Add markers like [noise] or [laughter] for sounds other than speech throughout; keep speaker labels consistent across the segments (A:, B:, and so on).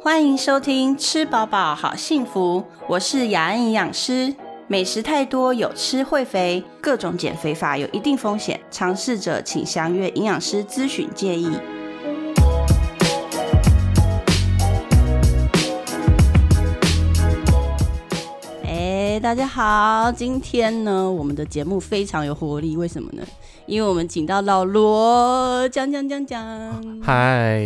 A: 欢迎收听《吃饱饱好幸福》，我是雅安营养师。美食太多有吃会肥，各种减肥法有一定风险，尝试者请详阅营养师咨询建议。哎，大家好，今天呢，我们的节目非常有活力，为什么呢？因为我们请到老罗，讲讲讲讲。
B: 嗨，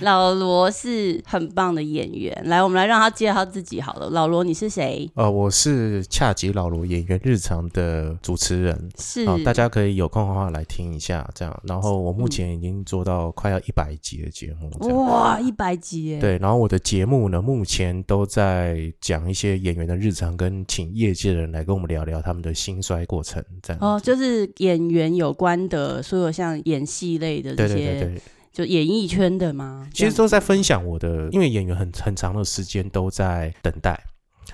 A: 老罗是很棒的演员，来，我们来让他介绍自己好了。老罗，你是谁？
B: 呃，我是恰吉老罗演员日常的主持人，
A: 是、
B: 啊、大家可以有空的话来听一下，这样。然后我目
A: 嗯
B: 前已经做到快要一百集的节目，这样。
A: 哇，一百集耶！
B: 对，然后我的节目呢，目前都在讲一些演员的日常，跟请业界人来跟我们聊聊他们的兴衰过程，这样。
A: 哦，就是演员有关的所有像演戏类的这
B: 对
A: 些，
B: 对对对，
A: 就演艺圈的吗？
B: 其实
A: 这样
B: 都在分享我的，因为演员很很长的时间都在等待，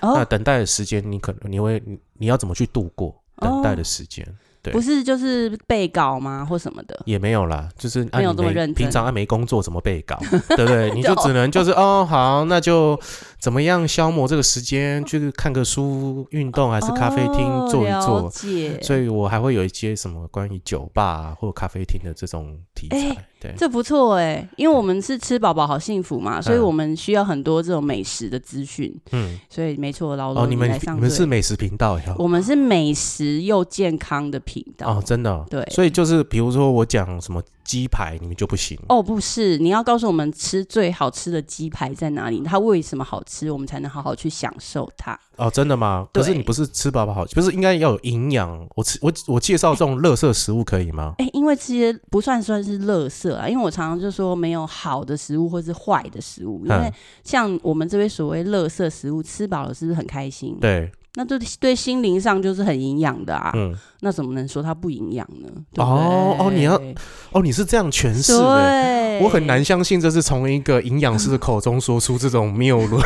B: 那
A: 哦，
B: 等待的时间你可能你会你你要怎么去度过等待
A: 哦
B: 的时间？对
A: 不是就是被稿吗，或什么的？
B: 也没有啦，就是啊
A: 没有
B: 你
A: 这么
B: 没
A: 认真
B: 平常啊没工作怎么被搞， [laughs]
A: [laughs]
B: 对不对？你就
A: 就
B: 只能就是哦好，那就怎么样消磨这个时间，就是看个书、运动，还是咖啡厅
A: 哦
B: 坐一
A: 了
B: 坐。
A: 解，
B: 所以我还会有一些什么关于酒吧、啊、或咖啡厅的这种题材
A: 哎，
B: 对
A: 这不错哎，因为我们是吃饱饱好幸福嘛，所以
B: 嗯
A: 我们需要很多这种美食的资讯，
B: 嗯
A: 所以没错，老罗、
B: 哦，你们
A: 来
B: 你
A: 上
B: 们
A: 对
B: 是美食频道呀？
A: 我们是美食又健康的频道
B: 哦，真的哦
A: 对
B: 所以就是比如说我讲什么鸡排，你们就不行
A: 哦，不是，你要告诉我们吃最好吃的鸡排在哪里，它为什么好吃，我们才能好好去享受它。
B: 哦，真的吗？可是
A: 对
B: 你不是吃饱饱好，不是应该要有营养？我吃我我介绍这
A: [laughs]
B: 种垃圾食物可以吗？
A: 哎、因为这些不算算是垃圾啊，因为我常常就说没有好的食物或是坏的食物，因为
B: 嗯
A: 像我们这位所谓垃圾食物，吃饱了是不是很开心？，
B: 对，
A: 那对对心灵上就是很营养的啊，
B: 嗯。
A: 那怎么能说它不营养呢？对不
B: 哦哦你要
A: 对
B: 哦，你是这样诠释的，
A: 对，
B: 我很难相信这是从一个营养师的口中说出这种
A: [laughs]
B: 谬论，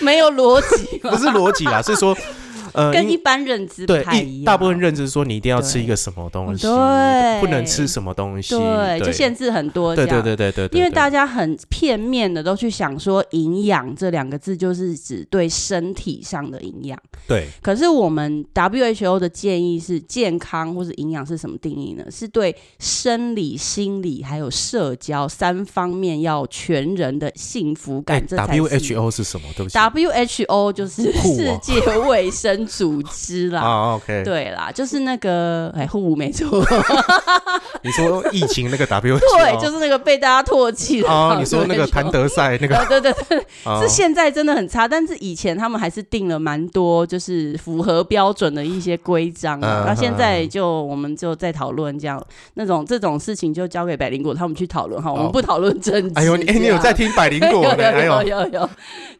A: 没有逻辑嘛，
B: 不是逻辑啦，是说，呃，
A: 跟
B: 因
A: 一般认知不
B: 对
A: 太一
B: 一
A: 样，啊
B: 大部分认知说你一定要吃一个什么东西，
A: 对
B: 不能吃什么东西，
A: 对，就限制很多这
B: 对
A: 样。
B: 对对对对对，
A: 因为大
B: 家
A: 家很片面的都去想说营养这两个字就是指对身体上的营养，
B: 对
A: 可是我们 WHO 的建议是健康或是营养是什么定义呢？是对生理、心理还有社交三方面要全人的幸福
B: 哎
A: 感，这才是。
B: ，WHO 是什么？对不起，
A: WHO 就是
B: 护
A: 世
B: 哦
A: 界卫生组织啦，
B: [laughs] 啊，OK，
A: 对啦，就是那个哎，护没错，
B: 你说疫情
A: [laughs]
B: 那个 WHO，
A: 对，就是那个被大家唾弃的。
B: 哦，你说那个谭德赛那个
A: 啊，对对对，[laughs]
B: 哦
A: 是现在真的很差，但是以前他们还是定了蛮多，就是符合标准的一些规章啊。
B: 嗯
A: 那、现在就我们就在讨论这样那种这种事情，就交给百灵果他们去讨论哈，我们
B: 哦
A: 不讨论政治。
B: 哎呦，你哎，你有在？听百灵
A: 有
B: 果
A: [laughs] 有
B: 的？哎
A: 有
B: 呦，
A: 有有，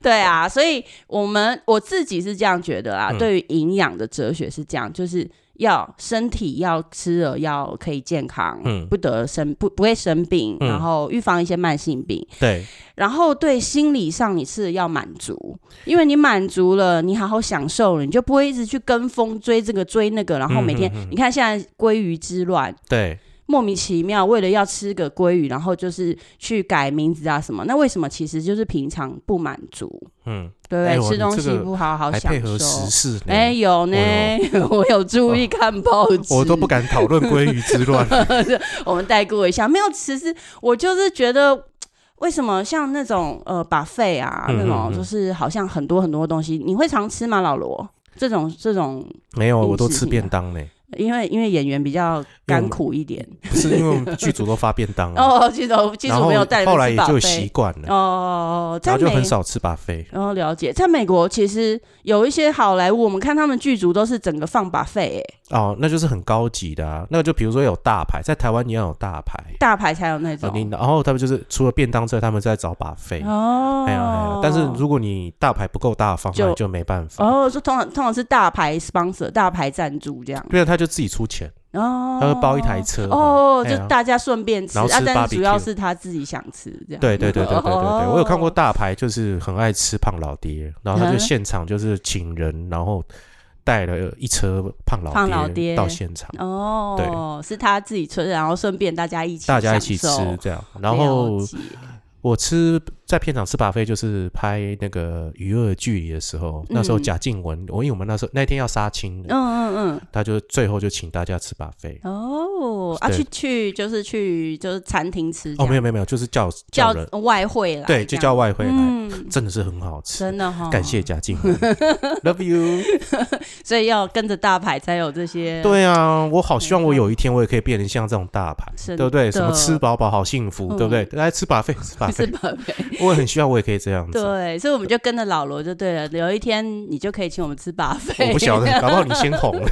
A: 对啊，所以我们我自己是这样觉得啦。啊
B: 嗯
A: 对于营养的哲学是这样，就是要身体要吃了要可以健康，
B: 嗯
A: 不得生不不会生病，
B: 嗯
A: 然后预防一些慢性病。
B: 对，
A: 然后对心理上你是要满足，因为你满足了，你好好享受了，你就不会一直去跟风追这个追那个，然后每天、
B: 嗯嗯嗯
A: 你看现在鲑鱼之乱，
B: 对，
A: 莫名其妙为了要吃个鲑鱼，然后就是去改名字啊什么，那为什么其实就是平常不满足，
B: 嗯，
A: 对不对？
B: 哎呦
A: 吃东
B: 你这
A: 西
B: 个
A: 不好好
B: 还
A: 享
B: 配合时
A: 受。
B: 事呢，
A: 哎，有呢，我有注意看报纸，
B: 我都不敢讨论鲑鱼之乱。
A: [laughs] 我们带过一下，没有，其实我就是觉得。为什么像那种呃把肺啊
B: 嗯
A: 那种，
B: 嗯嗯
A: 就是好像很多很多东西，你会常吃吗？老罗这种这种，
B: 没有，
A: 饮
B: 我都
A: 食
B: 吃
A: 品
B: 便
A: 啊
B: 当呢，
A: 因为因为演员比较甘苦一点，
B: 不是因为我们剧组都发便当啊，
A: 哦，其实我其实
B: 然
A: 我
B: 后
A: 没有带你
B: 后
A: 们
B: 来也
A: 吃把
B: 就习
A: 肺
B: 惯
A: 哦哦，
B: 了，
A: 哦
B: 然
A: 在
B: 后就
A: 美
B: 很少吃把费。
A: 然后了解，在美国其实有一些好莱坞，我们看他们剧组都是整个放把肺，哎，
B: 哦，那就是很高级的啊，那个就比如说有大牌，在台湾也要有大牌，
A: 大牌才有那
B: 呃你
A: 种
B: 然后他们就是除了便当之外，他们在找把费。
A: 哦
B: 哎呀哎呀，但是如果你大牌不够大方，
A: 就
B: 那就没办法。
A: 哦，说通常通常是大牌 sponsor 大牌赞助这样。
B: 对啊，他就自己出钱，
A: 哦，
B: 他会包一台车嘛。
A: 哦，
B: 哎
A: 就
B: 呀
A: 大家顺便吃啊
B: 然后，吃
A: 但是
B: barbecue
A: 主要是他自己想吃这样。
B: 对对对对对对对，
A: 哦
B: 我有看过大牌，就是很爱吃胖老爹，然后他就
A: 嗯
B: 现场就是请人，然后带了一车胖老
A: 胖老爹
B: 爹到现场，
A: 哦，是他自己吃，然后顺便大家一起
B: 大家一起吃
A: 享受
B: 这样。然后
A: 了解
B: 我吃在片场吃把费，就是拍那个《娱乐距离》的时候，那时候
A: 嗯
B: 贾静雯，我因为我们那时候那天要杀青的，
A: 嗯嗯
B: 他就最后就请大家吃把费。
A: 嗯，哦，啊，
B: 对
A: 去去就是去就是餐厅吃这
B: 哦，
A: 样，
B: 没有没有没有，就是叫
A: 叫
B: 人，
A: 外汇啦，
B: 对，就
A: 这样
B: 叫外汇来，
A: 嗯，
B: 真的是很好吃。
A: 真的哦哈，
B: 感谢，贾静雯
A: [laughs]
B: ，Love you。
A: 所以要跟着大牌才有这些，
B: 对啊，我好希望我有一天我也可以变成像这种大牌，
A: 真
B: 对
A: 的嗯
B: 不对？什么吃饱饱好幸福，对不对？来吃把费，吃把
A: [laughs] 是
B: 费，
A: 宝
B: [laughs]
A: 贝。
B: 我很希望我也可以这样子。
A: 对，所以我们就跟着老罗就对了。有一天你就可以请我们吃把费，
B: 我不晓得，搞不好你先
A: [laughs]
B: 红了，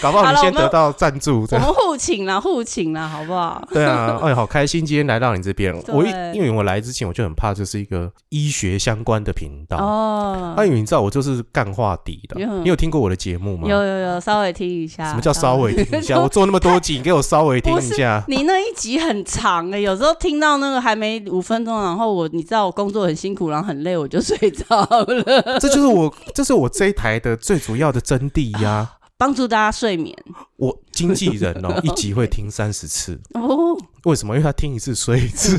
B: 搞不
A: 好
B: 好你
A: 了
B: 先
A: 我们
B: 得到赞助，
A: [laughs]
B: 这
A: 我
B: 样。
A: 们互请啦，互请啦，好不好？
B: 对啊，哎，好开心今天来到你这边。
A: 对
B: 我一因为我来之前我就很怕，这是一个医学相关的频道。啊
A: 哦，
B: 那因为你知道我就是干话底的，
A: 嗯
B: 你哎有听过我的节目吗？
A: 有啊有有，稍微听一下。
B: 什么叫稍
A: 微？
B: 微听
A: [laughs]
B: 一下？我做那么多集，你给我稍微听一下。
A: 你那一集很长诶、有时候听到那个还没五分钟，然后我你知道我工作很辛苦，然后很累，我就睡着了， [laughs]
B: 这就是我，这是我这一台的最主要的真谛呀、
A: [laughs] 帮助大家睡眠
B: 我经纪人
A: [laughs]
B: 哦，一集会听三十次，
A: 哦， [laughs]
B: 为什么？因为他听一次睡一次。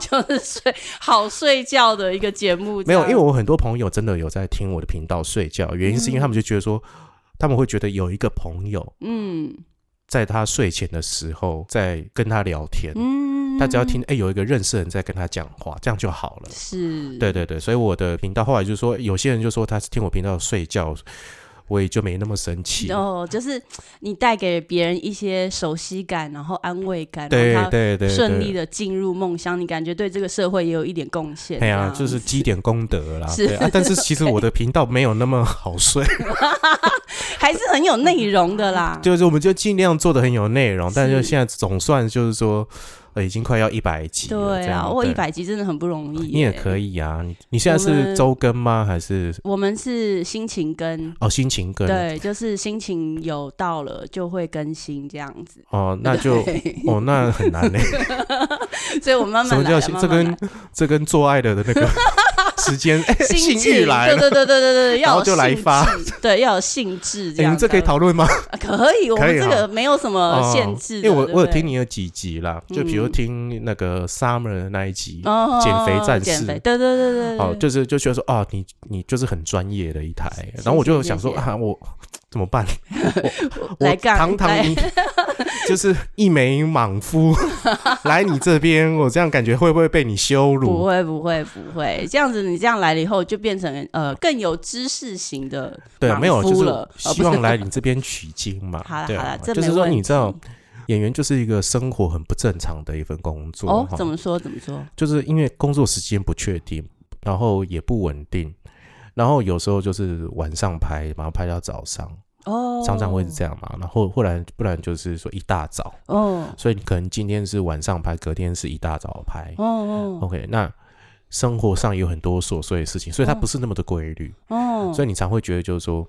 A: 就是睡好睡觉的一个节目。
B: 没有，因为
A: 我
B: 我很多朋友真的有在听我的频道睡觉，原因是因为他们就觉得说，他们会觉得有一个朋友
A: 嗯
B: 在他睡前的时候在跟他聊天，
A: 嗯，
B: 他只要听哎、有一个认识的人在跟他讲话，这样就好了。
A: 是，哦
B: 对对对，所以我的频道后来就是说，有些人就说他是听我频道睡觉，我也就没那么生气。
A: 哦，就是你带给别人一些熟悉感，然后安慰感，
B: 对
A: 然后
B: 对
A: 他
B: 对，
A: 顺
B: 对
A: 利的进入梦乡，你感觉对这个社会也有一点贡献。
B: 哎
A: 这
B: 呀，
A: 样
B: 就是积点功德
A: [laughs]
B: 啦。
A: 是
B: 对啊，但是其实我的频道没有那么好睡，
A: [laughs] 还是很有内容的啦。
B: [laughs] 就是我们就尽量做的很有内容，但是
A: 是
B: 现在总算就是说，呃，已经快要一百集了。
A: 对
B: 这
A: 啊，
B: 样
A: 我
B: 对
A: 一百集真的很不容易。
B: 你也可
A: 以。
B: 以啊。你你现在
A: 我
B: 是
A: 们
B: 周更吗？还是
A: 我们是心情跟。
B: 哦心情更？
A: 对，就是心情有到了就会更新这样子，
B: 哦，那就
A: 对
B: 哦那很难呢。
A: [laughs] 所以我慢
B: 什
A: 慢
B: 么
A: 来
B: 叫
A: 啊，
B: 心？
A: 慢
B: 这
A: 慢
B: 跟
A: 来
B: [laughs] 这跟做爱的的
A: [laughs]
B: 那个时间哎
A: 心
B: 欲
A: 情
B: 来了，
A: 对对对对
B: [laughs]
A: 对对，
B: 然
A: 要
B: 后
A: 有
B: 就来
A: 兴
B: 发
A: 致，对，要有兴致这
B: [laughs] 哎
A: 样
B: 你
A: 子。
B: 这可以讨论吗？
A: 啊 [laughs] 可以，我
B: 可
A: 们
B: 以
A: 这
B: 哈哦
A: 个没有什么限制
B: 因
A: 的，
B: 为我
A: 对不
B: 我有
A: 对
B: 听你有几集啦，就比如
A: 嗯
B: 听那个 Summer 的那一集，
A: 哦
B: 减肥战士
A: 减肥对对对对对，
B: 哦，就是就觉得说啊，你你就是很专业的一台，
A: 谢
B: 然后我就
A: 谢
B: 想说
A: 谢
B: 啊，我怎
A: [laughs]
B: 么办？我
A: 来干
B: 堂堂
A: 来
B: 一 [laughs] 就是一枚
A: [laughs]
B: 莽夫来你这边，我这样感觉会不会被你羞
A: 不
B: 辱？
A: 会不会不会，这样子你这样来了以后就变成呃更有知识型的
B: 对，没
A: 莽
B: 有，
A: 夫
B: 就是
A: 了呃
B: 希
A: 不是
B: 望来你这边取经嘛。
A: 好啦
B: 对啊
A: 好啦这
B: 就是
A: 没
B: 说
A: 问
B: 你知道
A: 题，
B: 演员就是一个生活很不正常的一份工作
A: 哦
B: 哈，
A: 怎么说怎么说？
B: 就是因为工作时间不确定，然后也不稳定，然后有时候就是晚上拍，然后拍到早上，
A: 哦，
B: 常常会是这样嘛。然后后来不然就是说一大早，
A: 哦
B: 所以你可能今天是晚上拍，隔天是一大早拍。
A: 哦哦
B: OK，那生活上有很多琐碎的事情，所以它
A: 哦
B: 不是那么的规律，
A: 哦，
B: 所以你常会觉得就是说，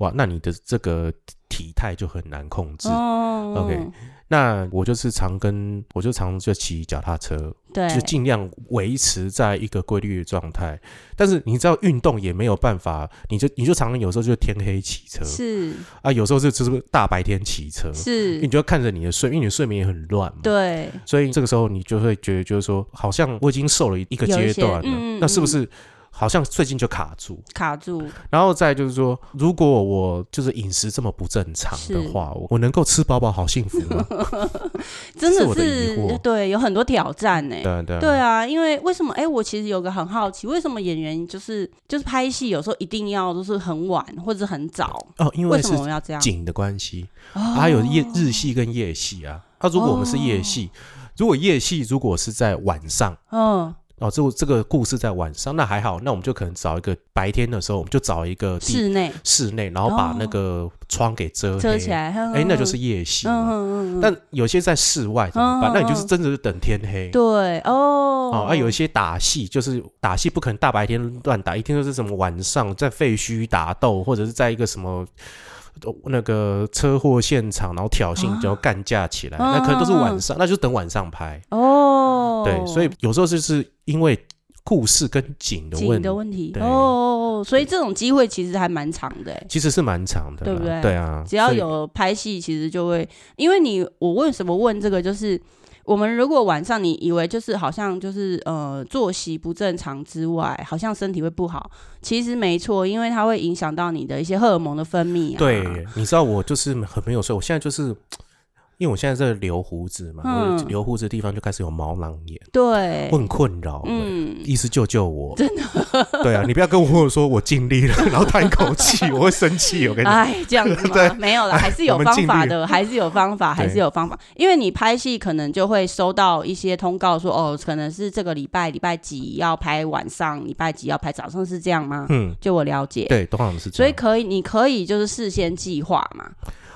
B: 哇，那你的这个体态就很难控制。
A: 哦
B: OK，那我就是常跟，我就常就骑脚踏车，
A: 对，
B: 就尽量维持在一个规律的状态。但是你知道运动也没有办法，你就你就常常有时候就天黑骑车
A: 是
B: 啊，有时候就就是大白天骑车，你
A: 是，
B: 就要看着你的睡，因为你的睡眠也很乱嘛。
A: 对，
B: 所以这个时候你就会觉得，就是说，好像我已经瘦了一个
A: 有一
B: 阶
A: 些
B: 段了，
A: 嗯嗯
B: 那是不
A: 嗯
B: 是好像最近就卡住？
A: 卡
B: [laughs]
A: 住
B: 然后再就是说，如果我就是饮食这么不正常的
A: 是
B: 话，我我能够吃饱饱好幸福
A: [laughs]
B: 吗？
A: 真
B: 是
A: 的
B: 我的疑惑
A: 是对，有很多挑战呢。
B: 对啊对啊
A: 对啊，因为为什么？哎、我其实有个很好奇，为什么演员就是就是拍戏有时候一定要都是很晚或者很早？
B: 哦，因
A: 为
B: 为
A: 什
B: 是啊
A: 么要这样？
B: 景的关系，
A: 哦
B: 还有夜日戏跟夜戏啊。那、如果我们是夜戏，
A: 哦
B: 如果夜戏如果是在晚上。
A: 嗯，
B: 哦，这这个故事在晚上，那还好，那我们就可能找一个白天的时候，我们就找一个地
A: 室内
B: 室内，然后把那个窗给遮
A: 哦遮
B: 黑
A: 起来，
B: 哎、那就是夜戏
A: 嗯
B: 嘛。
A: 嗯嗯嗯，
B: 但有些在室外怎么办？
A: 嗯嗯
B: 那你就是真的是等天黑。
A: 对哦，
B: 哦，啊，有一些打戏就是打戏，不可能大白天乱打，一定都是什么晚上在废墟打斗，或者是在一个什么呃那个车祸现场，然后挑衅，然后干架起
A: 嗯
B: 来，那可能都是晚上，那就等晚上拍。
A: 哦，
B: 对，所以有时候就是因为故事跟景的问
A: 景
B: 题
A: 的，问题
B: 对
A: 哦哦，哦所以这种机会其实还蛮长的哎。
B: 其实是蛮长的啦，
A: 对不对
B: 啊，
A: 只要
B: 所以
A: 有拍戏，其实就会，因为你我为什么问这个，就是我们如果晚上你以为就是好像就是呃作息不正常之外，好像身体会不好，其实没错，因为它会影响到你的一些荷尔蒙的分泌啊。
B: 对，你知道我就是很没有睡，我现在就是因为我现在在留胡子嘛，
A: 嗯
B: 我留胡子的地方就开始有毛囊炎，
A: 对
B: 我，很困扰、欸。
A: 嗯，
B: 医师救救我！真的，对啊，你不要跟我说我尽力了，然后叹一口气，我会生气。我跟你讲，
A: 哎，这样子
B: [laughs] 对哎
A: 吗？没有了，还是有
B: 我们
A: 方
B: 尽
A: 法
B: 力 [laughs]
A: 的，还是有方法，还是有方法。因为你拍戏可能就会收到一些通告说，哦，可能是这个礼拜礼拜几要拍晚上，礼拜几要拍早上，是这样吗？
B: 嗯，
A: 就我了解，
B: 对，通常是这
A: 所以
B: 样。
A: 可以，你可以就是事先计划嘛，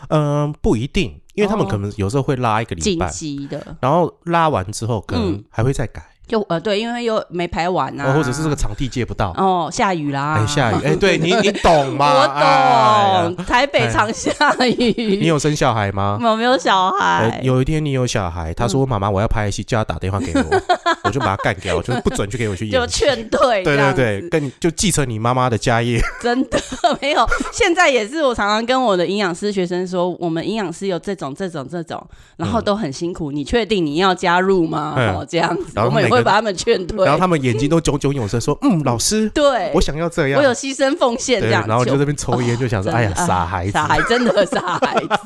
B: 嗯、不一定，因为他们
A: 哦
B: 可能有时候会拉一个礼
A: 紧
B: 拜，
A: 急的，
B: 然后拉完之后可能
A: 嗯
B: 还会再改，
A: 就呃对，因为又没排完啊，
B: 哦或者是这个场地借不到，
A: 哦下雨啦，
B: 哎、下雨，哎、对你你懂吗？
A: [laughs] 我
B: 哎呀哎
A: 懂，台北常下
B: 你
A: 雨，
B: 有生小孩吗？
A: 我没有小
B: 呃
A: 孩，
B: 有一天你有小孩，他
A: 嗯
B: 说：“妈妈，我要拍戏，叫他打电话给我， [laughs] 我就把他干
A: [laughs]
B: 掉，我就不准去给我去
A: 就
B: 演戏。”
A: 劝退，
B: 对
A: 这样
B: 对
A: 子
B: 对，跟你就继承你妈妈的家业。
A: 真的没有。现在也是，我常常跟我的营养师学生说，我们营养师有这种、这种、这种，然后都很辛苦。你确定你要加入吗？
B: 嗯
A: 哦，这样子，
B: 然后
A: 我们也
B: 每个
A: 会把他们劝退
B: 然。后他们眼睛都炯炯有神，说：“嗯，老师，
A: 对，
B: 我想要这样
A: 我。有牺牲奉”献
B: 对，
A: 这样。
B: 然后
A: 就
B: 就在那边抽烟，就想说：“
A: 真的
B: 哎呀，
A: 啊
B: 傻孩子
A: 傻。孩真的傻孩子。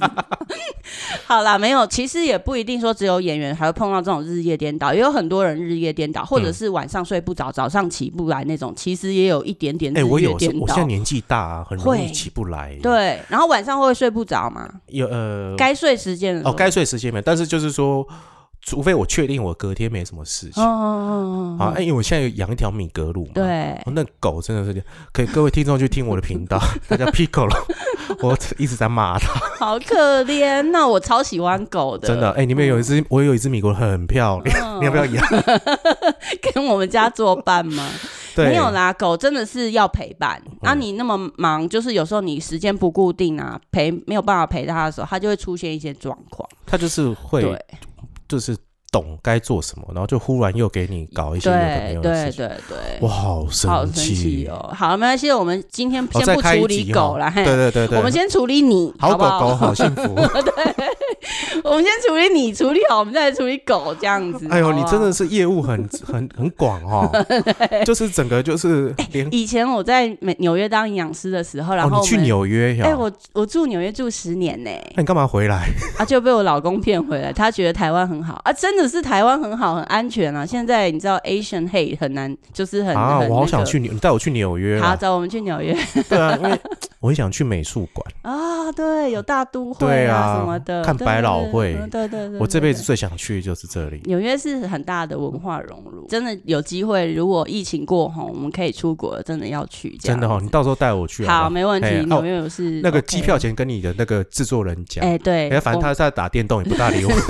A: [laughs] 好啦，没有，其实也不一定说只有演员还会碰到这种日夜颠倒，也有很多人日夜颠倒，或
B: 嗯
A: 者是晚上睡不着，早上起不来那种，其实也有一点点”日
B: 哎，我
A: 夜
B: 有时
A: 颠
B: 候，我现在
A: 倒。
B: 年纪大啊，很容易
A: 会
B: 起不来。，
A: 对，然后晚上会睡不着嘛？
B: 有呃，
A: 该睡时间的时
B: 哦，
A: 候
B: 该睡时间没有，但是就是说，除非我确定我隔天没什么事情
A: 哦哦哦
B: 啊，哎因为我现在有养一条米格鲁嘛，
A: 对
B: 哦、那狗真的是，可以各位听众去听我的频道，它叫 Piccolo，我一直在骂它，
A: 好可怜。那我超喜欢狗的，
B: 真的。哎、里面有一只，我有一只米国很漂亮，
A: 嗯
B: 你要不要养？
A: 跟我们家作伴吗？
B: [laughs] 对，
A: [laughs] 没有啦，狗真的是要陪伴。那、你那么忙，就是有时候你时间不固定啊，陪没有办法陪它的时候，它就会出现一些状况。
B: 它就是会
A: 对，
B: 就是懂该做什么，然后就忽然又给你搞一些有的没
A: 对
B: 有的
A: 对
B: 事情，
A: 对对，
B: 我好
A: 好
B: 生
A: 生气哦！好，没关系，我们今天
B: 哦
A: 先
B: 再
A: 不
B: 开一
A: 处
B: 集
A: 理
B: 哈
A: 狗啦，嘿
B: 对对对对，
A: 哎我们先处理你，
B: 好
A: 好
B: 狗
A: 不好 [laughs]
B: 狗好幸福。哦
A: 我们先处理你，处理好，我们再来处理狗，这样子。
B: 哎呦，
A: 好不
B: 你
A: 好
B: 真的是业务很很很广
A: [laughs]
B: 哦，就是整个就是连
A: 以前我在美纽约当营养师的时候，哎然
B: 哦，
A: 后我
B: 你去
A: 们
B: 纽约呀？
A: 哎、我我住纽约住十年呢、
B: 那你干嘛回来？
A: 啊，就被我老公骗回来，他觉得台湾很好啊，真的是台湾很好，很安全啊。现在你知道 Asian hate 很难，就是很、
B: 啊，
A: 很
B: 我好想
A: 那个
B: 去纽，你带我去纽约啊
A: 好，
B: 啦。
A: 走，我们去纽约
B: [laughs] 对啊，因
A: [laughs]
B: 为我很想去美术馆，
A: 啊，对，有大都会
B: 对啊
A: 什么的，
B: 看
A: 对
B: 百老
A: 对
B: 汇
A: 嗯对对对对
B: 我这辈子
A: 对
B: 最想去就是这里。
A: 纽约是很大的文化融入，真的有机会，如果疫情过后，我们可以出国，真的要去，这
B: 真
A: 样
B: 的哦，
A: 子
B: 你到时候带我去
A: 好，
B: 不
A: 没问
B: 哎
A: 题，
B: 哦
A: 纽约我是
B: 那个
A: OK
B: 机票，钱跟你的那个制作人讲，
A: 哎，对，
B: 哎，反正
A: 我
B: 他在打电动，也不大理我。
A: [laughs]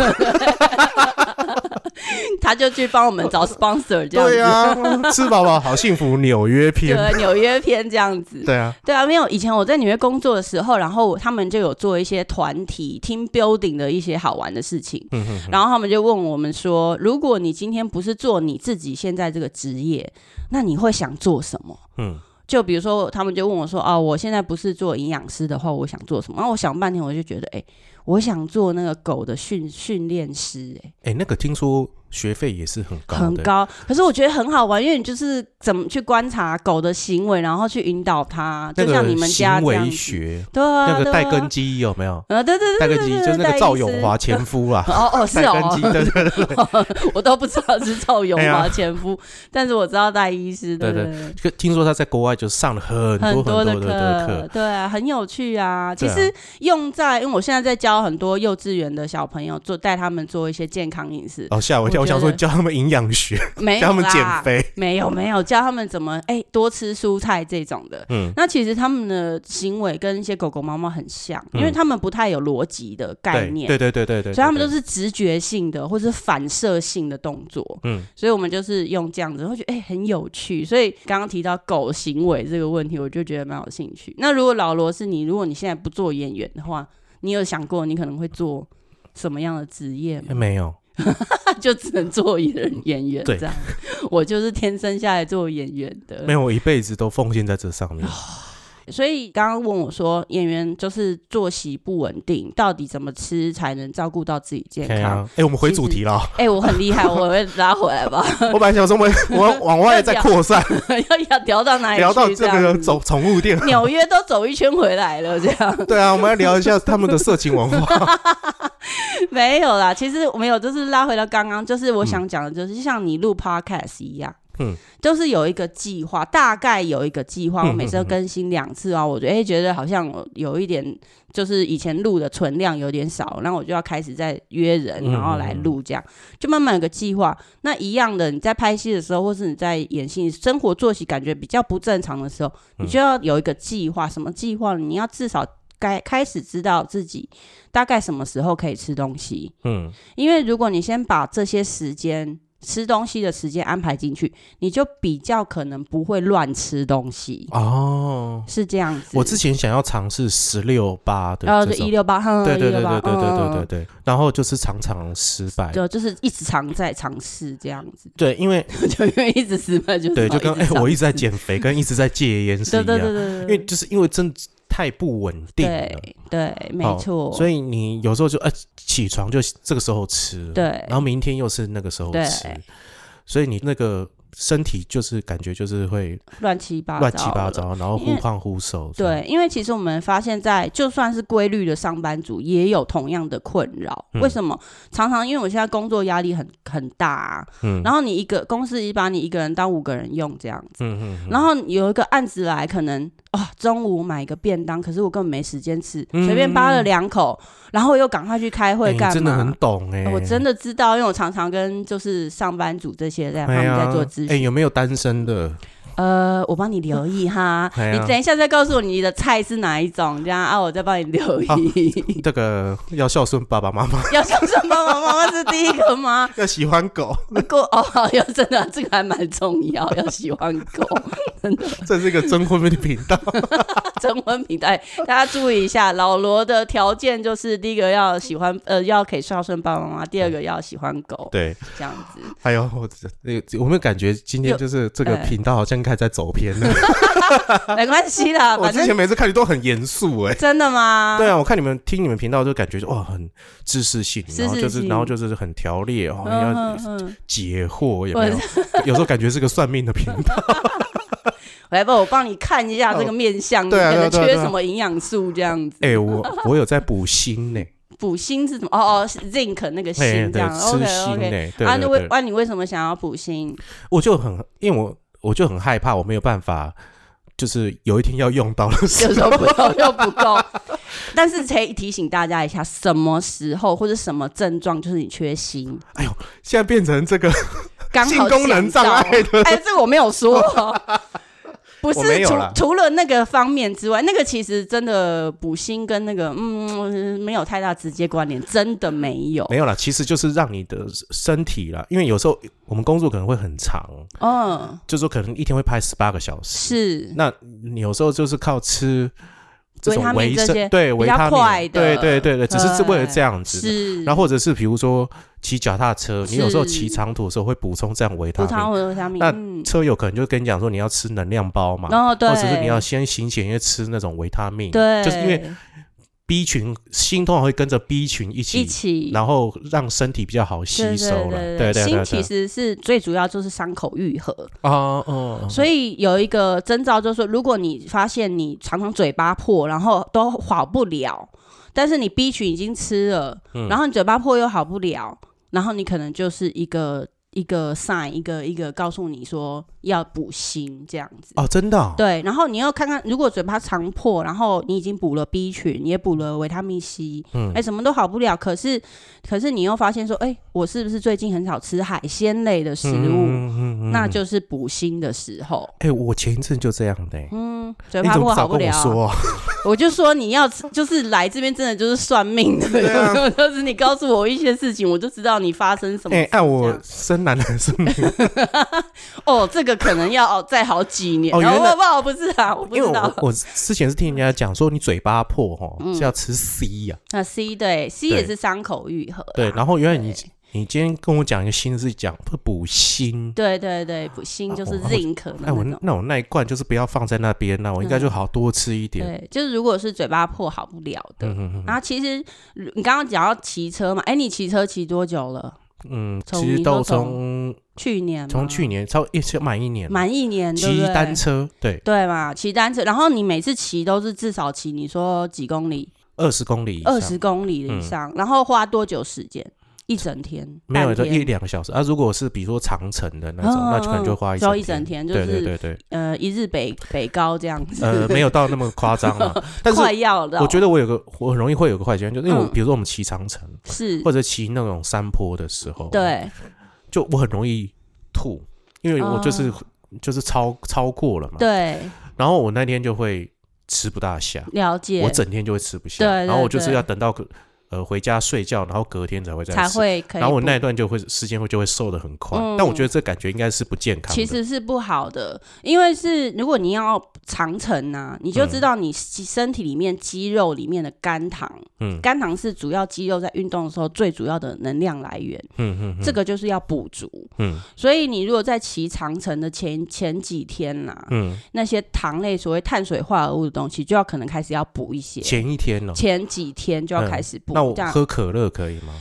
A: 他就去帮我们
B: [laughs]
A: 找 sponsor [laughs] 这样
B: 对
A: 子。
B: 啊， [laughs] 吃饱饱好幸福，纽约篇。
A: 对纽约篇这样子，
B: 对啊，
A: 对啊，没有。以前我在纽约工作的时候，然后他们就有做一些团体 team building 的一些好玩的事情，
B: 嗯哼，
A: 然后他们就问我们说，如果你今天不是做你自己现在这个职业，那你会想做什么？
B: 嗯，
A: 就比如说，他们就问我说：“哦，我现在不是做营养师的话，我想做什么？”然后我想半天，我就觉得，哎、我想做那个狗的训训练师、哎，
B: 哎，那个听说学费也是很高
A: 很
B: 的，
A: 高。可是我觉得很好玩，因为你就是怎么去观察狗的行为，然后去引导它，
B: 那
A: 就像你
B: 个
A: 们家
B: 行
A: 这样
B: 为
A: 子。
B: 学，
A: 对啊，
B: 那个
A: 对
B: 带
A: 啊
B: 根基有没有？
A: 啊，对对
B: 带
A: 对
B: 根
A: 对
B: 基
A: 对，
B: 就是那
A: 戴
B: 个赵
A: 医
B: 永
A: 师
B: 华。前夫啊，
A: [laughs] 哦
B: [laughs]
A: 哦，是
B: 带根基，
A: 哦，
B: 对对
A: [laughs]
B: 对，
A: 我都不知道是赵永
B: 哎呀
A: 华前夫，但是我知道戴医师，
B: 对
A: 对
B: 对就听说他在国外就上了很
A: 很
B: 多
A: 多
B: 很
A: 的
B: 多的课，
A: 对啊，很有趣啊。其
B: 对啊
A: 实用在，因为我现在在教很多幼稚园的小朋友做，带他们做一些健康饮食，
B: 哦，吓我一跳！
A: 我
B: 我
A: 觉
B: 想
A: 得
B: 说教他们营养学，
A: 没
B: 教
A: 有
B: 他们
A: 哎啦
B: 减，肥。
A: 没有没有教他们怎么哎多吃蔬菜这种的。
B: 嗯，
A: 那其实他们的行为跟一些狗狗、猫猫很像，因为
B: 嗯
A: 他们不太有逻辑的概
B: 对
A: 念，
B: 对对对对对，
A: 所以他们都
B: 对
A: 是直觉性的或是反射性的动作。
B: 嗯，
A: 所以我们就是用这样子，会觉得哎、很有趣。所以刚刚提到狗行为这个问题，我就觉得蛮有兴趣。那如果老罗是你，如果你现在不做演员的话，你有想过你可能会做什么样的职业吗？
B: 哎没有，
A: 就只能做演演员
B: 对
A: 这样。我就是天生下来做演员的哦
B: 没。有，我一辈子都奉献在这上面。
A: 所以刚刚问我说，演员就是作息不稳定，到底怎么吃才能照顾到自己健
B: 哎呀，
A: 康？
B: 哎、我们回主题了哦。
A: [laughs] 哎、我很厉害，我会拉回来吧？ [laughs]
B: 我本来想说我们我们往外再扩散，
A: 要要聊到哪里去？
B: 聊到这
A: 样
B: 个
A: 子
B: 宠宠物店。
A: 纽约都走一圈回来了，这样。
B: 对啊，我们要聊一下他们的色情文
A: [laughs]
B: 化。
A: 没有啦，其实没有，就是拉回到刚刚，就是我想讲的，就是像你录 podcast 一样，
B: 嗯，
A: 就是有一个计划，大概有一个计划，
B: 嗯
A: 我每次都更新两次啊，我觉得哎、觉得好像有一点，就是以前录的存量有点少，然后我就要开始在约人，
B: 嗯
A: 然后来录这样，就慢慢有个计划。那一样的，你在拍戏的时候，或是你在演戏，生活作息感觉比较不正常的时候，
B: 嗯
A: 你就要有一个计划，什么计划？你要至少。该开始知道自己大概什么时候可以吃东西，
B: 嗯，
A: 因为如果你先把这些时间吃东西的时间安排进去，你就比较可能不会乱吃东西，
B: 哦，
A: 是这样子。
B: 我之前想要尝试十六八的
A: 然后就
B: 这
A: 哦一
B: 种，
A: 六八，哼
B: 对对对
A: 168
B: 对对对对哎
A: 嗯
B: 对，然后就是常常失败。
A: 就就是一直常在尝试这样子， [laughs]
B: 对，因为
A: 就因为一直失败，就是
B: 对，就跟
A: 哎
B: 哎，，我一直在减肥，跟一直在戒烟是
A: 对
B: 一
A: 对对
B: 样，
A: 对
B: 因
A: 对，
B: 为就是因为真的太不稳定了。
A: 对对，没
B: 哦
A: 错，
B: 所
A: 以
B: 以你有时候就哎、起床就这个时候吃，
A: 对
B: 然后明天又是那个时候
A: 对
B: 吃，所以你那个身体就是感觉就是会
A: 乱七八糟，
B: 乱七八。糟，然后
A: 因
B: 忽
A: 为
B: 胖忽瘦。这样，
A: 对，因为其实我们发现在，就算是规律的上班族，也有同样的困扰。
B: 嗯
A: 为什么？常常因为我现在工作压力很很大、啊，
B: 嗯，
A: 然
B: 后
A: 后你一个公司一把你一个人当五个人用这样子，
B: 嗯嗯，嗯
A: 然后有一个案子来，可能哦中午买个便当，可是我根本没时间吃，
B: 嗯
A: 随便扒了两口，然后又赶快去开
B: 哎
A: 会
B: 你
A: 干嘛？哦
B: 真的很懂哎、
A: 我真
B: 的。
A: 的知道，因为我常常跟就是上班族这些在、他
B: 哎
A: 们在
B: 呀，
A: 做咨
B: 哎，
A: 询，
B: 有没有单身
A: [laughs]
B: 的？
A: 呃，我帮你留意哈，
B: [laughs] 哎呀
A: 你等一下再告诉我你的菜是哪一种，这样啊，我再帮你
B: 哦
A: 留意。 [laughs]
B: 这个要孝顺爸爸妈妈，
A: 要说什么？妈妈是第一个吗？
B: 要喜欢狗， [laughs]
A: 狗哦，好要真的这个还蛮重要，要喜欢狗。
B: 这是一个征婚的频道。
A: [laughs] 征婚平台，大家注意一下，老罗的条件就是第一个要喜欢，呃，要可以孝顺爸爸妈妈；第二个要喜欢狗，
B: 对，
A: 这样子。 [laughs]
B: 还有哎我这那个，我们感觉今天
A: 有
B: 就是这个
A: 哎
B: 频道好像开始在走偏
A: [laughs]
B: 了。
A: 没关系啦，
B: 我
A: 反
B: 之
A: 正
B: 前每次看你都很严肃哎，
A: 真的吗？
B: 对啊，我看你们听你们频道就感觉就哇很知识性，
A: 知识
B: 然后就是
A: 性
B: 然后就是很条列，哦，
A: 嗯，
B: 要
A: 嗯嗯，
B: 解惑有没有？ [laughs] 有时候感觉是个算命的频
A: [laughs]
B: 道，
A: 来吧，我帮你看一下这个面相，你
B: 对啊
A: 可能
B: 对啊对啊
A: 缺
B: 对啊
A: 什么营养素这样子。
B: 哎、我我有在补锌呢，
A: 补锌是什么？哦哦是，zinc 那个
B: 哎、
A: 锌这
B: 对，
A: 样。
B: 吃
A: OK
B: 锌
A: OK。
B: 呢，
A: 啊，
B: 对
A: 那
B: 对
A: 为
B: 对，
A: 啊，你为什么想要补锌？ [laughs]
B: 我就很因为我我就很害怕我没有办法，就是有一天要用到的时
A: 有
B: 候，
A: 时候不够又不够， [laughs] 但是可以提醒大家一下，什么时候或者什么症状就是你缺锌。
B: [laughs] 现在变成这个 [laughs]
A: 刚好
B: 性功能障碍
A: 讲到。哎，这个我没有
B: [laughs]
A: 说哦，不
B: 我没
A: 是
B: 有
A: 除
B: 啦
A: 除了那个方面之外，那个其实真的补锌跟那个嗯没有太大直接关联，真的没有。
B: 没有啦，其实就是让你的身体啦，因为有时候我们工作可能会很长，
A: 嗯，
B: 就是说可能一天会拍十八个小时，
A: 是
B: 那你有时候就是靠吃这
A: 维他
B: 种
A: 命
B: 维
A: 这些
B: 生，对
A: 比
B: 维
A: 较
B: 他
A: 快
B: 命，
A: 的
B: 对对对对，只是是为了这样子。
A: 是，
B: 然后或者是比如说骑脚踏车，你有时候
A: 是
B: 骑长途的时候会补充这样维他
A: 补偿
B: 命。
A: 我的维他命，
B: 那
A: 嗯
B: 车友可能就跟你讲说你要吃能量包嘛，
A: 然后哦对，
B: 或者是你要先行前要吃那种维他命，
A: 对，
B: 就是因为 B 群锌通常会跟着 B 群一
A: 一
B: 起，
A: 起
B: 然后让身体比较好吸
A: 对
B: 收了。
A: 对
B: 对对
A: 锌
B: 对
A: 其
B: 对，
A: 实是最主要就是伤口愈合，
B: 哦哦，
A: 所以有一个征兆就是说，如果你发现你常常嘴巴破，然后都好不了，但是你 B 群已经吃了，
B: 嗯
A: 然后你嘴巴破又好不了，然后你可能就是一个一个 sign，一个一个告诉你说要补锌这样子。
B: 哦真的哦，
A: 对，然后你要看看，如果嘴巴常破，然后你已经补了 B 群，也补了维他命 C，
B: 嗯
A: 哎、什么都好不了。可是，可是你又发现说，哎、我是不是最近很少吃海鲜类的食物？
B: 嗯
A: 那就是补锌的时候。
B: 哎、我前一阵就这样的、欸，
A: 嗯，嘴
B: 你
A: 巴
B: 怎
A: 不
B: 么
A: 好
B: 早
A: 不
B: 跟我
A: 了，
B: 说、啊？
A: 我就说你要就是来这边真的就是算命的，有 [laughs]
B: 啊
A: 没有就是你告诉我一些事情，我就知道你发生什么
B: 哎、
A: 事。
B: 按
A: 这
B: 我
A: 样
B: 生男还是女？
A: 哦，这个可能要哦再好几年。
B: 哦原来
A: 我不好不是啊，我不
B: 因为
A: 知道
B: 我。我之前是听人家讲说，你嘴巴破哦、是要吃 C 呀、
A: 那 C 对 C
B: 对
A: 也是伤口愈合啦，啊
B: 对，然后原来你你今天跟我讲一个锌是讲补锌，
A: 对对对，补锌就是
B: 哦哦
A: zinc 的
B: 那
A: 那
B: 我
A: 种。
B: 那我那一罐就是不要放在那边那我应该就好多吃一点。
A: 对，就是如果是嘴巴破好不了的，
B: 嗯嗯
A: 然后其实如你刚刚讲到骑车嘛，哎，你骑车骑多久了？
B: 嗯，
A: 从
B: 其实
A: 你
B: 都
A: 说
B: 从
A: 去年吗
B: 从去年超一是满一年了，
A: 满一年，对
B: 骑
A: 不对
B: 单车对
A: 对嘛，骑单车，然后你每次骑都是至少骑你说几公里，
B: 二十公里以上嗯
A: 二十公里以上，然后花多久时间？一整天？
B: 没有
A: 半
B: 就
A: 天
B: 一两个小时啊。如果是比如说长城的那种，
A: 嗯
B: 那就可能就
A: 嗯
B: 花一
A: 就
B: 整
A: 一整天就
B: 对
A: 是
B: 对对对，
A: 呃一日北北高这样子， [laughs]
B: 呃，没有到那么夸张了，但是
A: 快要了。
B: 我觉得我有个我很容易会有个坏习惯，就是因为我
A: 嗯
B: 比如说我们骑长城
A: 是
B: 或者骑那种山坡的时候，，
A: 对，
B: 就我很容易吐，因为我就是就是超超过了嘛，
A: 啊对，
B: 然后我那天就会吃不大下，
A: 了解，
B: 我整天就会吃不下，
A: 对对
B: 然后我就是
A: 对
B: 要等到隔呃回家睡觉，然后隔天才会再
A: 才
B: 吃。
A: 会可以补。
B: 然后我那一段就会时间会就会瘦的很快，
A: 嗯
B: 但我觉得这感觉应该是不健康的。
A: 其实是不好的，因为是如果你要长城啊，你就知道你肌身体里面肌肉里面的肝糖，
B: 嗯
A: 肝糖是主要肌肉在运动的时候最主要的能量来源，
B: 嗯嗯嗯
A: 这个就是要补足。
B: 嗯
A: 所以你如果在骑长城的前前几天呐、
B: 嗯，
A: 那些糖类所谓碳水化合物的东西，就要可能开始要补一些，
B: 前一天呢、哦
A: 前几天就要开始补。
B: 那我
A: 这样
B: 喝可乐可以吗？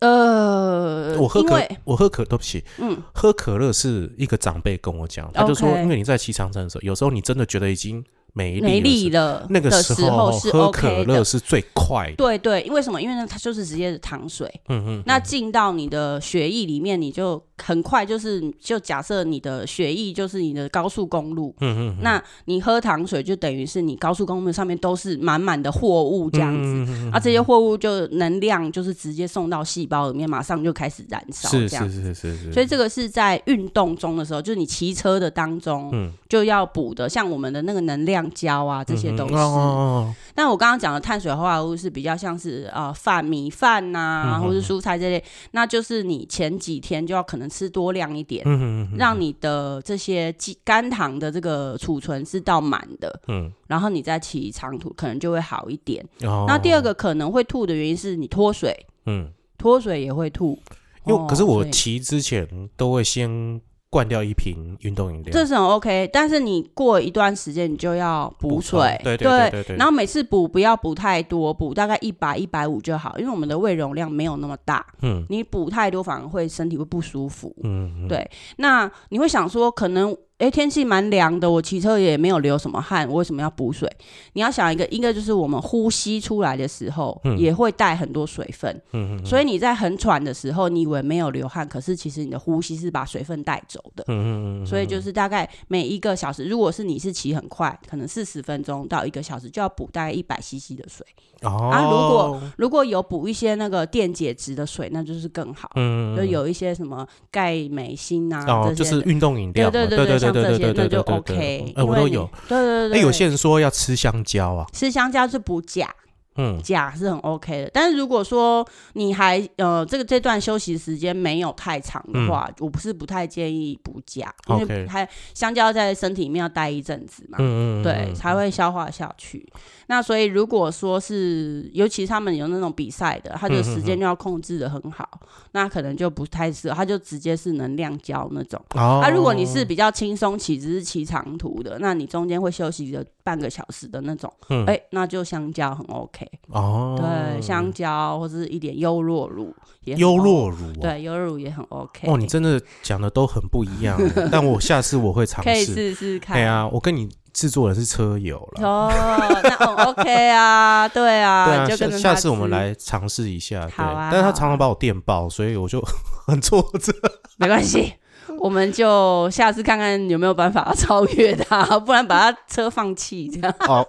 A: 呃，
B: 我喝
A: 因
B: 可
A: 为
B: 我喝可，对不起，
A: 嗯，
B: 喝可乐是一个长辈跟我讲，他就说，
A: OK
B: 因为你在骑长城的时候，有时候你真的觉得已经没力了
A: 没力
B: 时
A: 了
B: 那个
A: 的
B: 时
A: 时候是
B: 喝可
A: OK
B: 乐
A: 的。
B: 是最快的。
A: 对对，因为什么？因为呢，它就是直接的糖水，
B: 嗯嗯，
A: 那进到你的血液里面，你就很快就是就假设你的血液就是你的高速公路，
B: 嗯嗯嗯
A: 那你喝糖水就等于是你高速公路上面都是满满的货物这样子，
B: 嗯嗯嗯嗯
A: 啊，这些货物就能量就是直接送到细胞里面，马上就开始燃烧
B: 是
A: 这样
B: 是。是是是，
A: 所以这个是在运动中的时候，就是你骑车的当中
B: 嗯
A: 就要补的，像我们的那个能量胶啊这些东西。
B: 嗯哦
A: 但我刚刚讲的碳水化合物是比较像是呃饭、米饭呐、
B: 嗯嗯
A: 或是蔬菜这类，那就是你前几天就要可能吃多量一点，
B: 嗯嗯嗯
A: 让你的这些肌肝糖的这个储存是到满的，
B: 嗯，
A: 然后你再骑长途可能就会好一点。
B: 哦
A: 那第二，个可能会吐的原因是你脱水，
B: 嗯，
A: 脱水也会吐。
B: 因为可是
A: 哦
B: 我
A: 所以
B: 骑之前都会先灌掉一瓶运动饮料，
A: 这是很 OK，但是你过一段时间你就要补
B: 补充
A: 水，
B: 对对对对对
A: 然后每次补不要补太多，补大概一百一百五就好，因为我们的胃容量没有那么大，
B: 嗯
A: 你补太多反而会身体会不舒服。
B: 嗯，嗯
A: 对那你会想说，可能诶天气蛮凉的，我骑车也没有流什么汗，我为什么要补水？你要想一个，一个就是我们呼吸出来的时候、
B: 嗯
A: 也会带很多水分，
B: 嗯嗯嗯
A: 所以你在很喘的时候，你以为没有流汗，可是其实你的呼吸是把水分带走的。
B: 嗯嗯嗯，
A: 所以就是是大概每一个小时，如果是你是骑很快，可能四十分钟到一个小时就要补大概一百 CC 的水。
B: 哦，
A: 啊如果如果有补一些那个电解质的水，那就是更好。
B: 嗯
A: 就有一些什么钙镁锌啊、
B: 哦，
A: 这
B: 就
A: 些
B: 是
A: 的。
B: 运动饮料
A: 对
B: 嘛，
A: 对
B: 对
A: 对，
B: 对
A: 像
B: 对
A: 这
B: 对
A: 些
B: 对
A: 那
B: 对
A: 就
B: 对
A: OK，
B: 哎，我
A: 因
B: 都
A: 为你
B: 有。。
A: 对对
B: 哎，
A: 对，
B: 有些人说要吃香蕉啊，
A: 吃香蕉是补钾，
B: 嗯
A: 钾是很 OK 的。但是如果说你还呃这个这段休息时间没有太长的话，我不是不太建议补钾，因
B: OK
A: 为还香蕉在身体里面要待一阵子嘛。
B: 嗯嗯，
A: 对，才会消化下去。那所以如果说是，尤其他们有那种比赛的，他
B: 嗯
A: 的
B: 嗯
A: 时
B: 嗯
A: 间就要控制的很好，那可能就不太适合，他就直接是能量胶那种。
B: 哦，
A: 啊，如果你是比较轻松骑，只是骑长途的，那你中间会休息个半个小时的那种，哎、
B: 嗯
A: 那就香蕉很 OK，、
B: 哦，
A: 对，香蕉或是一点优酪乳也很
B: 优
A: OK，
B: 酪乳，，
A: 对，优酪乳也很 OK，
B: 哦，你真的讲的都很不一样欸，但我下次我会尝
A: 可以
B: 试。
A: 试试看，
B: 哎呀，我跟你制作人是车友了。
A: 哦，那很 OK 啊，对啊，
B: 对啊，
A: 就
B: 下
A: 跟着
B: 下
A: 他
B: 次我们
A: 吃
B: 来尝试一下。对，
A: 好啊
B: 但是他
A: 好
B: 常常把我电爆，所以我就很挫折。
A: 没关系，我们就下次看看有没有办法超越他，不然把他车放弃这样。 [laughs]
B: 哦，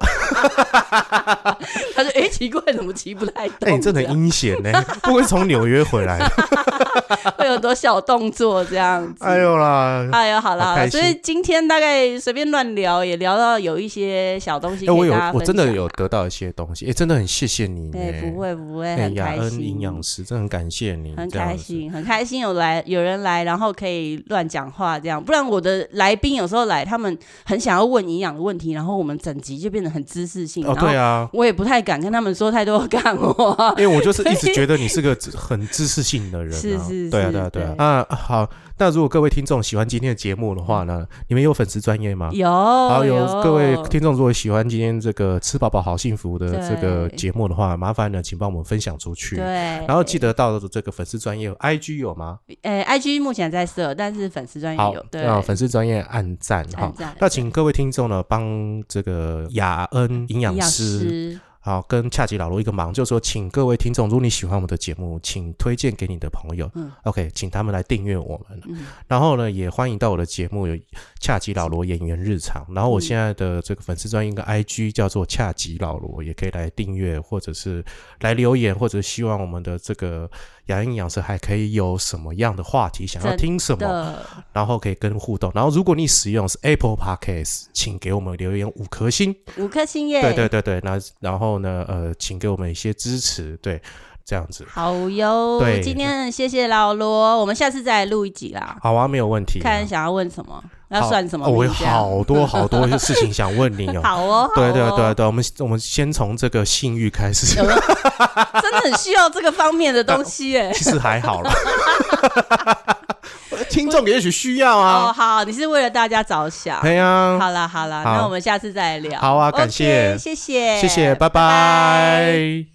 A: 他说：“哎、奇怪，怎么骑不太动？”
B: 哎、你真的很
A: 这样
B: 阴险呢，不会从纽约回来的。
A: [laughs] 会有很多小动作这样子。
B: 哎呦啦，
A: 哎呦，好了好
B: 好开
A: 了，
B: 心
A: 所以今天大概随便乱聊，也聊到有一些小东西
B: 哎，我
A: 给
B: 有
A: 大家分享。啊
B: 我真的有得到一些东西，哎，真的很谢谢你
A: 对，
B: 呢，
A: 不会不会，
B: 哎，
A: 很
B: 雅
A: 开
B: 恩
A: 心，
B: 营养师，真的很感谢你，
A: 很
B: 这样
A: 开
B: 子。
A: 心，很开心有来有人来，然后可以乱讲话这样，不然我的来宾有时候来，他们很想要问营养的问题，然后我们整集就变得很知识性，
B: 哦，对，啊，
A: 我也不太敢跟他们说太多干
B: [laughs]
A: 话。
B: 因为我就是
A: [laughs]
B: 一直觉得你是个很知识性的人、啊，
A: 是是
B: 对啊
A: 是
B: 对啊对啊
A: 对
B: 啊好，那如果各位听众喜欢今天的节目的话呢，你们有粉丝专业吗？
A: 有
B: 好，有
A: 有
B: 各位听众如果喜欢今天这个吃饱饱好幸福的
A: 对
B: 这个节目的话，麻烦呢请帮我们分享出去，
A: 对，然
B: 然后记得到这个粉丝专业 IG 有吗？
A: 呃，IG 目前在设，但是粉丝专业
B: 好
A: 哎有，对，
B: 那粉丝专业按赞哈
A: 按。赞
B: 那请各位听众呢，帮这个雅恩营养师好，跟恰吉老罗一个忙，就是说，请各位听众，如果你喜欢我们的节目，请推荐给你的朋友。
A: 嗯
B: OK，请他们来订阅我们。
A: 嗯
B: 然后呢，也欢迎到我的节目有恰吉老罗演员日常。然后我现在的这个粉丝专业跟 IG 叫做恰吉老罗，也可以来订阅，或者是来留言，或者希望我们的这个雅音养师还可以有什么样的话题想要
A: 真
B: 听什么，
A: 的，
B: 然后可以跟互动。然后如果你使用是 Apple Podcast，请给我们留言五颗星。
A: 五颗星耶，
B: 对对对对，那然后呢，呃，请给我们一些支持，对，这样子，
A: 好哟
B: 对，
A: 今天很谢谢老罗，我们下次再录一集啦，
B: 好啊，没有问题啊、
A: 看想要问什么，要
B: 好
A: 算什么
B: 哦我
A: 名
B: 有
A: 这样？
B: 好多好多事情想问你哦。
A: [laughs] 好哦，
B: 对对
A: 好哦
B: 对，对，我们我们先从这个性欲开
A: [laughs]
B: 始，
A: 真的很需要这个方面的东西耶。
B: 其实还
A: [laughs]
B: 好啦。听众也许需要
A: 哦，
B: [laughs] 啊，
A: 好，你是为了大家着想。
B: 对呀，
A: 好啦好啦，
B: 好
A: 那我们下次再聊。
B: 好啊感谢
A: OK，谢谢，
B: 谢谢，拜
A: 拜
B: 拜